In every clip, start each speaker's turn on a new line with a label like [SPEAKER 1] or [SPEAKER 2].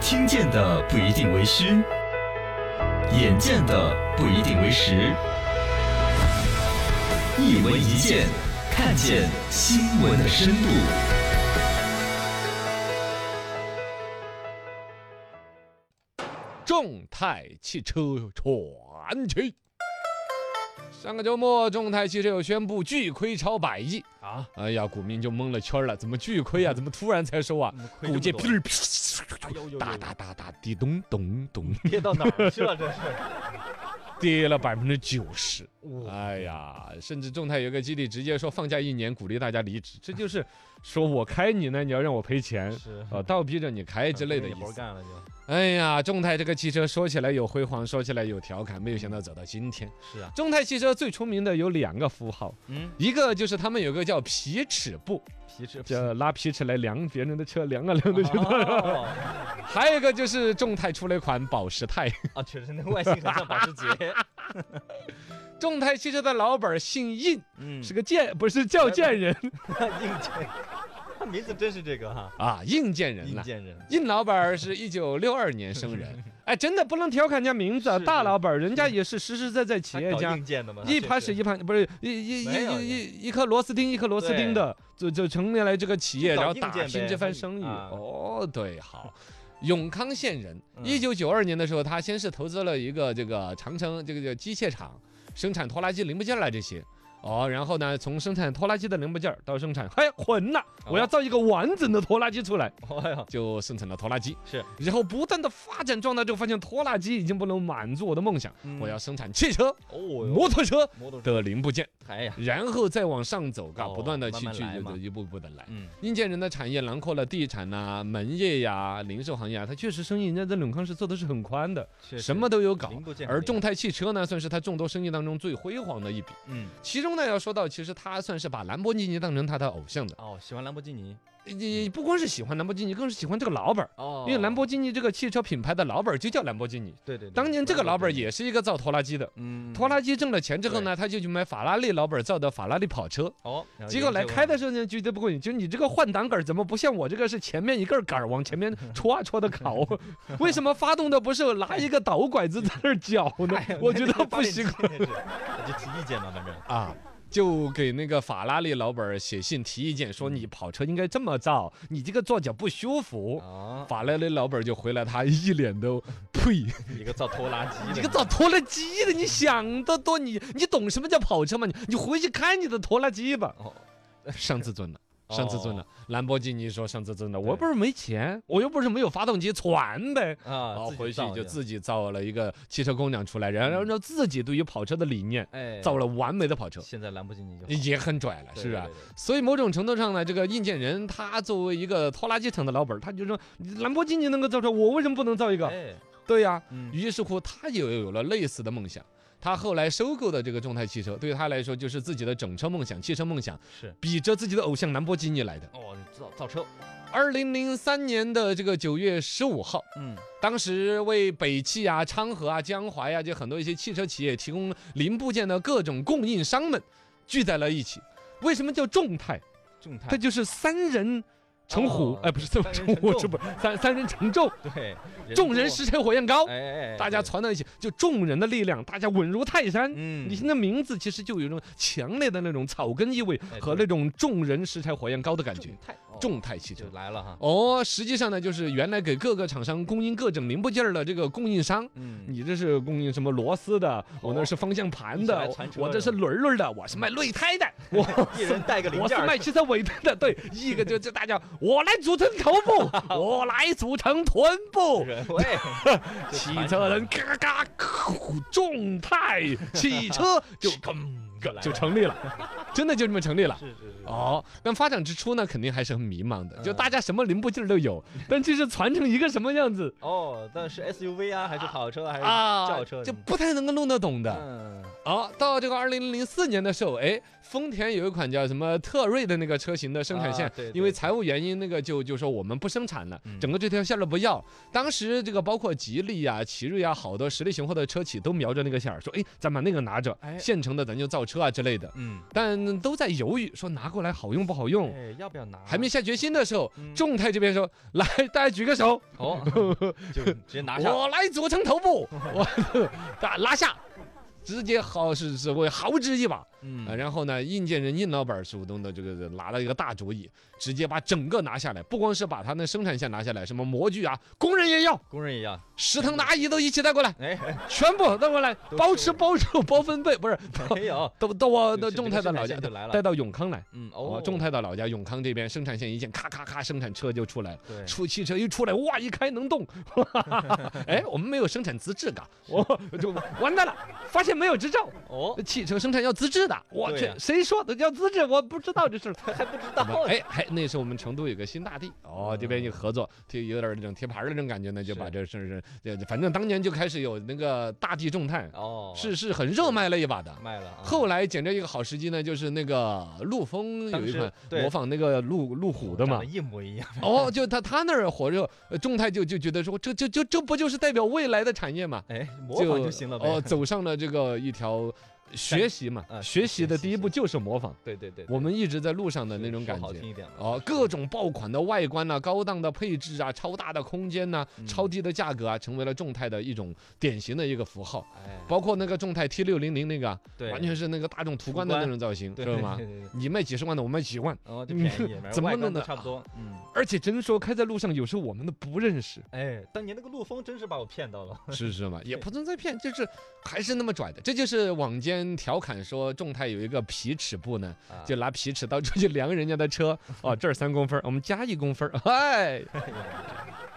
[SPEAKER 1] 听见的不一定为虚，眼见的不一定为实。一文一见，看见新闻的深度。
[SPEAKER 2] 众泰汽车传奇。上个周末，众泰汽车有宣布巨亏超百亿啊！哎呀，股民就蒙了圈了，怎么巨亏啊？怎么突然才收啊？
[SPEAKER 3] 亏
[SPEAKER 2] 股价
[SPEAKER 3] 这
[SPEAKER 2] 噼
[SPEAKER 3] 么多
[SPEAKER 2] 里啪
[SPEAKER 3] 哎呦呦呦
[SPEAKER 2] 啦，哒哒哒哒，滴咚咚咚，
[SPEAKER 3] 跌到哪儿去了？这 是
[SPEAKER 2] 跌了百分之九十。
[SPEAKER 3] 哇，
[SPEAKER 2] 哎呀，甚至众泰有个基地直接说放假一年，鼓励大家离职，这就是说我开你呢，你要让我赔钱。
[SPEAKER 3] 是
[SPEAKER 2] 啊，倒逼着你开之类的意
[SPEAKER 3] 活
[SPEAKER 2] 思。
[SPEAKER 3] 干了就
[SPEAKER 2] 哎呀，众泰这个汽车说起来有辉煌，说起来有调侃，没有想到走到今天。
[SPEAKER 3] 是啊，
[SPEAKER 2] 中泰汽车最出名的有两个符号，
[SPEAKER 3] 嗯，
[SPEAKER 2] 一个就是他们有个叫皮尺布，
[SPEAKER 3] 皮质
[SPEAKER 2] 这拉皮尺来量别人的车，量啊量的去。
[SPEAKER 3] 哦
[SPEAKER 2] 还有一个就是众泰出了一款保时泰，
[SPEAKER 3] 啊，确实那个外形很像保 时捷，
[SPEAKER 2] 众泰汽车的老板姓印，
[SPEAKER 3] 嗯，
[SPEAKER 2] 是个贱，不是叫贱人
[SPEAKER 3] 个硬件，他名字真是这个哈，
[SPEAKER 2] 啊，印件 人
[SPEAKER 3] 硬
[SPEAKER 2] 了。
[SPEAKER 3] 件人，
[SPEAKER 2] 印老板是一九六二年生 人，哎，真的不能调侃人家名字啊，
[SPEAKER 3] 是
[SPEAKER 2] 大老板人家也是实实在在企
[SPEAKER 3] 他
[SPEAKER 2] 业
[SPEAKER 3] 搞
[SPEAKER 2] 家，
[SPEAKER 3] 硬件的嘛，
[SPEAKER 2] 一盘
[SPEAKER 3] 是
[SPEAKER 2] 屎一盘不是一一一
[SPEAKER 3] 没有
[SPEAKER 2] 一一一颗螺丝钉一颗螺丝钉的，就就成立了这个企业，
[SPEAKER 3] 就搞
[SPEAKER 2] 然后
[SPEAKER 3] 硬
[SPEAKER 2] 打
[SPEAKER 3] 件
[SPEAKER 2] 拼
[SPEAKER 3] 呗
[SPEAKER 2] 这番生意。
[SPEAKER 3] 啊
[SPEAKER 2] 哦，对，好。永康县人，
[SPEAKER 3] 嗯
[SPEAKER 2] 一九九二年的时候，他先是投资了一个这个长城这个叫机械厂，生产拖拉机零部件啦这些。哦，然后呢，从生产拖拉机的零部件儿到生产，嘿，混了，
[SPEAKER 3] 哦
[SPEAKER 2] 我要造一个完整的拖拉机出来，
[SPEAKER 3] 哎呦，
[SPEAKER 2] 就生产了拖拉机。
[SPEAKER 3] 是，
[SPEAKER 2] 然后不断的发展壮大之后，发现拖拉机已经不能满足我的梦想，
[SPEAKER 3] 嗯
[SPEAKER 2] 我要生产汽车、
[SPEAKER 3] 哦哟，
[SPEAKER 2] 摩托车
[SPEAKER 3] 摩托车，
[SPEAKER 2] 的零部件。
[SPEAKER 3] 哎呀，
[SPEAKER 2] 然后再往上走，嘎，
[SPEAKER 3] 哦
[SPEAKER 2] 不断的
[SPEAKER 3] 慢
[SPEAKER 2] 去
[SPEAKER 3] 慢
[SPEAKER 2] 去
[SPEAKER 3] 来
[SPEAKER 2] 就
[SPEAKER 3] 嘛
[SPEAKER 2] 就一步一步的来。
[SPEAKER 3] 嗯，
[SPEAKER 2] 硬件人的产业囊括了地产呐、门业呀、零售行业啊，它确实生意人家在永康市做的是很宽的，
[SPEAKER 3] 确实
[SPEAKER 2] 什么都有搞。
[SPEAKER 3] 零部件很厉
[SPEAKER 2] 而
[SPEAKER 3] 害
[SPEAKER 2] 众，泰汽车呢，算是它众多生意当中最辉煌的一笔。
[SPEAKER 3] 嗯，
[SPEAKER 2] 其中呢，要说到，其实他算是把兰博基尼当成他的偶像的。
[SPEAKER 3] 哦，喜欢兰博基尼，
[SPEAKER 2] 你不光是喜欢兰博基尼，更是喜欢这个老板儿，
[SPEAKER 3] 嗯哦
[SPEAKER 2] 因为兰，博基尼这个汽车品牌的老板儿就叫兰博基尼。
[SPEAKER 3] 对对，对
[SPEAKER 2] 当年这个老板
[SPEAKER 3] 兰博
[SPEAKER 2] 儿，
[SPEAKER 3] 基尼
[SPEAKER 2] 也是一个造拖拉机的，
[SPEAKER 3] 嗯，
[SPEAKER 2] 拖拉机挣了钱之后呢，他就去买法拉利老板儿造的法拉利跑车。
[SPEAKER 3] 哦，然后
[SPEAKER 2] 结果来
[SPEAKER 3] 研究
[SPEAKER 2] 开 的时候呢，觉得不过瘾，就你啊这个换挡杆儿怎么不像我这个是前面一根杆儿往前 面戳啊戳的 烤？为什么发动的不是拿一个导拐子在那儿搅呢
[SPEAKER 3] 哎？
[SPEAKER 2] 我觉得不习
[SPEAKER 3] 行，
[SPEAKER 2] 惯
[SPEAKER 3] 那是我就提意见嘛，反正
[SPEAKER 2] 啊。就给那个法拉利老板儿写信提意见，说你跑车应该这么造，你这个坐脚不舒服。
[SPEAKER 3] 啊，
[SPEAKER 2] 法拉利老板儿就回来，他一脸的呸，
[SPEAKER 3] 一个造拖拉机的，
[SPEAKER 2] 你这个造拖拉机的，你想得多，你你懂什么叫跑车吗？你你回去开你的拖拉机吧。
[SPEAKER 3] 哦，
[SPEAKER 2] 上自尊了。
[SPEAKER 3] 哦
[SPEAKER 2] 上自尊了，兰博基尼说上自尊了，
[SPEAKER 3] 对
[SPEAKER 2] 我不是没钱，我又不是没有发动机，传呗。
[SPEAKER 3] 啊，
[SPEAKER 2] 然后
[SPEAKER 3] 自己
[SPEAKER 2] 回去
[SPEAKER 3] 造
[SPEAKER 2] 就自己造了一嗯个汽车工厂出来，然后按照自己对于跑车的理念，
[SPEAKER 3] 哎
[SPEAKER 2] 造了完美的跑车，
[SPEAKER 3] 现在兰博基尼就好
[SPEAKER 2] 也很拽了，
[SPEAKER 3] 对
[SPEAKER 2] 是不是啊
[SPEAKER 3] 对对？对
[SPEAKER 2] 所以某种程度上呢，这个硬件人他作为一个拖拉机厂的老板儿，他就说兰博基尼能够造出来，我为什么不能造一个？
[SPEAKER 3] 哎，
[SPEAKER 2] 对呀、
[SPEAKER 3] 嗯，
[SPEAKER 2] 于是乎，他也有了类似的梦想。他后来收购的这个众泰汽车，对他来说就是自己的整车梦想、汽车梦想，
[SPEAKER 3] 是
[SPEAKER 2] 比着自己的偶像兰博基尼来的。
[SPEAKER 3] 哦，造造车，
[SPEAKER 2] 二零零三年的这个九月十五号，
[SPEAKER 3] 嗯，
[SPEAKER 2] 当时为北汽啊、昌河啊、江淮啊，就很多一些汽车企业提供零部件的各种供应商们聚在了一起。为什么叫众泰？
[SPEAKER 3] 众泰
[SPEAKER 2] 它就是三人成虎，
[SPEAKER 3] 哦
[SPEAKER 2] 哎，不是三人成
[SPEAKER 3] 三人成
[SPEAKER 2] 虎，
[SPEAKER 3] 众
[SPEAKER 2] 是不是三三人成众，
[SPEAKER 3] 对，
[SPEAKER 2] 众人
[SPEAKER 3] 多，
[SPEAKER 2] 拾柴火焰高，
[SPEAKER 3] 哎哎哎，
[SPEAKER 2] 大家
[SPEAKER 3] 对，
[SPEAKER 2] 攒到一起，就众人的力量，大家稳如泰山。
[SPEAKER 3] 嗯，
[SPEAKER 2] 你听那名字，其实就有一种强烈的那种草根意味
[SPEAKER 3] 哎
[SPEAKER 2] 和
[SPEAKER 3] 对
[SPEAKER 2] 那种众人拾柴火焰高的感觉
[SPEAKER 3] 众。泰哦
[SPEAKER 2] 众泰汽车
[SPEAKER 3] 就。来了哈，
[SPEAKER 2] 哦，实际上呢，就是原来给各个厂商供应各种零部件儿的这个供应商。
[SPEAKER 3] 嗯，哦
[SPEAKER 2] 你这是供应什么螺丝的？我那是方向盘的
[SPEAKER 3] 你是来传，车的
[SPEAKER 2] 我这是轮轮的，我是卖轮胎的， 我
[SPEAKER 3] 一人带个零
[SPEAKER 2] 我是
[SPEAKER 3] 件儿，
[SPEAKER 2] 卖汽车尾灯的。对，一个就就大家，我来组成头 部，我来组成臀部，
[SPEAKER 3] 人，喂， 就
[SPEAKER 2] 汽
[SPEAKER 3] 传
[SPEAKER 2] 车
[SPEAKER 3] 承
[SPEAKER 2] 人嘎嘎，呼众泰汽车就
[SPEAKER 3] 来
[SPEAKER 2] 就
[SPEAKER 3] 了
[SPEAKER 2] 成立了，真的就这么成立了。
[SPEAKER 3] 是是是，
[SPEAKER 2] 哦，但发展之初呢，肯定还是很迷茫的，就大家什么零部件儿都有，但就是传成一个什么样子
[SPEAKER 3] 哦，但是 SUV 啊，还是跑车，还是
[SPEAKER 2] 啊
[SPEAKER 3] 轿，车，
[SPEAKER 2] 就不太能够弄得懂的。
[SPEAKER 3] 嗯，
[SPEAKER 2] 哦，到这个二零零四年的时候，哎，丰田有一款叫什么特锐的那个车型的生产线
[SPEAKER 3] 啊对，
[SPEAKER 2] 因为
[SPEAKER 3] 对
[SPEAKER 2] 财务原因，那个就就说我们不生产了，
[SPEAKER 3] 嗯
[SPEAKER 2] 整个这条线路不要。当时这个包括吉利啊、奇瑞啊，好多实力雄厚的车企都瞄着那个线儿，说，哎，咱把那个拿着，
[SPEAKER 3] 哎
[SPEAKER 2] 现成的咱就造车啊之类的，
[SPEAKER 3] 嗯，
[SPEAKER 2] 但都在犹豫，说拿过来好用不好用。
[SPEAKER 3] 哎，要不要拿？
[SPEAKER 2] 嗯还没下决心的时候，
[SPEAKER 3] 嗯
[SPEAKER 2] 众泰这边说：“ 来，大家举个手，
[SPEAKER 3] 哦，就直接拿上。
[SPEAKER 2] 我来左撑 头部，我 大家拉下，直接好是是为豪掷一把。啊，
[SPEAKER 3] 嗯，
[SPEAKER 2] 然后呢，印建人印老板手动的这个人拿了一个大主意，直接把整个拿下来，不光是把他那生产线拿下来，什么模具啊，工人也要，
[SPEAKER 3] 工人也 要。
[SPEAKER 2] 食堂的阿姨都一起带过来，
[SPEAKER 3] 哎，哎
[SPEAKER 2] 全部带过来，
[SPEAKER 3] 都
[SPEAKER 2] 包
[SPEAKER 3] 是
[SPEAKER 2] 吃包住包分配，不是，
[SPEAKER 3] 没有，
[SPEAKER 2] 都到我
[SPEAKER 3] 哎就
[SPEAKER 2] 的
[SPEAKER 3] 是
[SPEAKER 2] 呃众
[SPEAKER 3] 这个生
[SPEAKER 2] 泰的
[SPEAKER 3] 产
[SPEAKER 2] 老家
[SPEAKER 3] 线，就来
[SPEAKER 2] 带
[SPEAKER 3] 了。
[SPEAKER 2] 到永康来。
[SPEAKER 3] 嗯，
[SPEAKER 2] 哦
[SPEAKER 3] 哦，，
[SPEAKER 2] 众泰的老家永康这边生产线一建，咔咔咔，生产车就出来了。
[SPEAKER 3] 对，
[SPEAKER 2] 出汽车一出来，哇，一开能动， 哎，我们没有生产资质嘎，我就完蛋了，发现没有执照，
[SPEAKER 3] 哦，
[SPEAKER 2] 汽车生产要资质的，我
[SPEAKER 3] 对
[SPEAKER 2] 去
[SPEAKER 3] 呀，
[SPEAKER 2] 谁说的要资质？我不知道这 事儿。
[SPEAKER 3] 还不知道。
[SPEAKER 2] 哎，还那时候我们成都有个新大地，哦，
[SPEAKER 3] 嗯
[SPEAKER 2] 这边一合作，就有点那种贴牌儿的那种感觉呢，就是把这事儿，呃反正当年就开始有那个大地众泰，
[SPEAKER 3] 哦，
[SPEAKER 2] 是是很热卖了一把的。
[SPEAKER 3] 卖了啊。
[SPEAKER 2] 后来捡着一个好时机呢，就是那个陆风有一
[SPEAKER 3] 当时
[SPEAKER 2] 款
[SPEAKER 3] 对
[SPEAKER 2] 模仿那个路路虎的
[SPEAKER 3] 长
[SPEAKER 2] 嘛
[SPEAKER 3] 得，一模一样。
[SPEAKER 2] 哦，就他他那儿火热，呃众泰就就觉得说，这这这这不就是代表未来的产业嘛？
[SPEAKER 3] 哎，模仿就行了呗。
[SPEAKER 2] 哦，走上了这个一条学习嘛，
[SPEAKER 3] 啊
[SPEAKER 2] 学
[SPEAKER 3] 学
[SPEAKER 2] 习
[SPEAKER 3] 习
[SPEAKER 2] 的第一
[SPEAKER 3] 学习
[SPEAKER 2] 步就是模仿。
[SPEAKER 3] 对对对，
[SPEAKER 2] 我
[SPEAKER 3] 对
[SPEAKER 2] 们一直在路上的
[SPEAKER 3] 是
[SPEAKER 2] 那种
[SPEAKER 3] 说
[SPEAKER 2] 感
[SPEAKER 3] 好
[SPEAKER 2] 觉
[SPEAKER 3] 听。一点嘛
[SPEAKER 2] 哦，各种爆款的外观呐、高档的配置啊，超大的空间呐、
[SPEAKER 3] 嗯
[SPEAKER 2] 超低的价格啊，成为了众泰的一种典型的一个符号。
[SPEAKER 3] 哎，
[SPEAKER 2] 包括那个众泰 T 六零零那个啊，
[SPEAKER 3] 对，
[SPEAKER 2] 完全是那个大众途观的
[SPEAKER 3] 途
[SPEAKER 2] 那
[SPEAKER 3] 观
[SPEAKER 2] 种造型，
[SPEAKER 3] 对
[SPEAKER 2] 知道 吗
[SPEAKER 3] 对？对对
[SPEAKER 2] 你卖几十万的，我卖几万，
[SPEAKER 3] 哦，就便宜，反正
[SPEAKER 2] 怎么
[SPEAKER 3] 外观
[SPEAKER 2] 弄
[SPEAKER 3] 都
[SPEAKER 2] 的
[SPEAKER 3] 差不多。嗯，
[SPEAKER 2] 而且真说开在路上，有时候我们都不认识，
[SPEAKER 3] 哎，当年那个陆风真是把我骗到 了。
[SPEAKER 2] 是是嘛，也
[SPEAKER 3] 对
[SPEAKER 2] 不存在骗，就是还是那么拽的。这就是网间调侃说众泰有一个皮尺布呢，
[SPEAKER 3] 啊
[SPEAKER 2] 就拿皮尺到处去量人家 的车，哦，这儿三公分儿，我们加一公分儿，哎，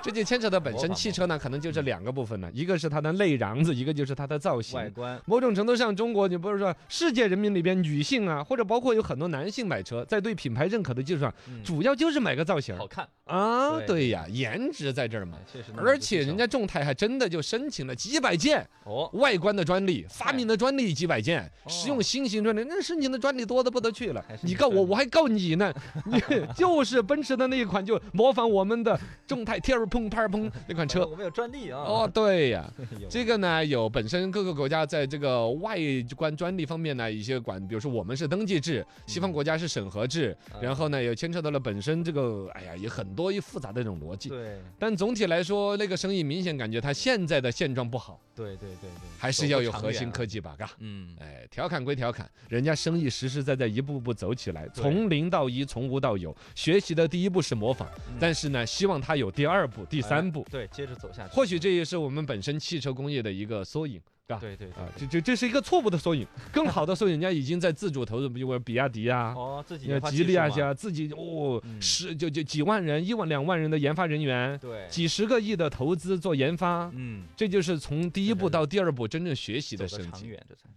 [SPEAKER 2] 这就牵扯到本身
[SPEAKER 3] 模仿
[SPEAKER 2] 汽车呢，可能就是两个部分呢，一个是它的内瓤子，一个就是它的
[SPEAKER 3] 嗯
[SPEAKER 2] 造
[SPEAKER 3] 外
[SPEAKER 2] 型。
[SPEAKER 3] 观，
[SPEAKER 2] 某种程度上，中国你不是说世界人民里边女性啊，或者包括有很多男性买车，在对品牌认可的基础上，
[SPEAKER 3] 嗯
[SPEAKER 2] 主要就是买个造型儿
[SPEAKER 3] 好看，
[SPEAKER 2] 啊，
[SPEAKER 3] 对
[SPEAKER 2] 对呀，颜值在这儿嘛
[SPEAKER 3] 哎。确实弄得不
[SPEAKER 2] 而
[SPEAKER 3] 稀
[SPEAKER 2] 且人
[SPEAKER 3] 少
[SPEAKER 2] 家众泰还真的就申请了几百件
[SPEAKER 3] 哦，
[SPEAKER 2] 外观的专利、发
[SPEAKER 3] 嗨
[SPEAKER 2] 明的专利几百件、
[SPEAKER 3] 哦
[SPEAKER 2] 实用新型专利，那申请的专利多的不得去了
[SPEAKER 3] 还。是
[SPEAKER 2] 你
[SPEAKER 3] 你
[SPEAKER 2] 告我，
[SPEAKER 3] 专利
[SPEAKER 2] 我还告 你呢。你就是奔驰的那一款，就模仿我们的众泰 T 二砰啪砰那款
[SPEAKER 3] 反
[SPEAKER 2] 车
[SPEAKER 3] 哎正。我们有专利啊。
[SPEAKER 2] 哦，，对呀，
[SPEAKER 3] 有
[SPEAKER 2] 这个呢有本身各个国家在这个外观专利方面呢一些管，比如说我们是登记制，西方
[SPEAKER 3] 嗯
[SPEAKER 2] 国家是审核制，
[SPEAKER 3] 啊
[SPEAKER 2] 然后呢也牵扯到了本身这个，哎呀，也很多一复杂的这种逻辑。
[SPEAKER 3] 对
[SPEAKER 2] 但总体来说，那个生意明显感觉它现在的现状不好，
[SPEAKER 3] 对对对对，
[SPEAKER 2] 还是
[SPEAKER 3] 走
[SPEAKER 2] 要
[SPEAKER 3] 不
[SPEAKER 2] 有
[SPEAKER 3] 长
[SPEAKER 2] 核
[SPEAKER 3] 远
[SPEAKER 2] 心
[SPEAKER 3] 啊。
[SPEAKER 2] 科技吧，嘎。
[SPEAKER 3] 嗯，
[SPEAKER 2] 哎，调侃归调侃，人家生意实实在在一步步走起来，从零到一，从无到有。学习的第一步是模仿，
[SPEAKER 3] 嗯
[SPEAKER 2] 哎
[SPEAKER 3] 哎
[SPEAKER 2] 但是呢，希望它有第二步、
[SPEAKER 3] 第
[SPEAKER 2] 第三步。
[SPEAKER 3] 对，接着走下去。
[SPEAKER 2] 或许这也是我们本身汽车工业的一个缩影，是吧？
[SPEAKER 3] 对对对
[SPEAKER 2] 啊，这这这是一个错误的 缩影。更好的缩影，人家已经在自主投入，比如比亚迪啊，
[SPEAKER 3] 哦，自己
[SPEAKER 2] 呃
[SPEAKER 3] 研发
[SPEAKER 2] 吉
[SPEAKER 3] 技
[SPEAKER 2] 利
[SPEAKER 3] 术
[SPEAKER 2] 啊，
[SPEAKER 3] 嘛
[SPEAKER 2] 像自己哦，
[SPEAKER 3] 嗯
[SPEAKER 2] 十就就几万人、一万两万人的研发人员，
[SPEAKER 3] 对，
[SPEAKER 2] 几十个亿的投资做研发，
[SPEAKER 3] 嗯，
[SPEAKER 2] 这就是从第一步到第二步真正学习
[SPEAKER 3] 走
[SPEAKER 2] 的
[SPEAKER 3] 得
[SPEAKER 2] 升
[SPEAKER 3] 长
[SPEAKER 2] 级。
[SPEAKER 3] 远这才。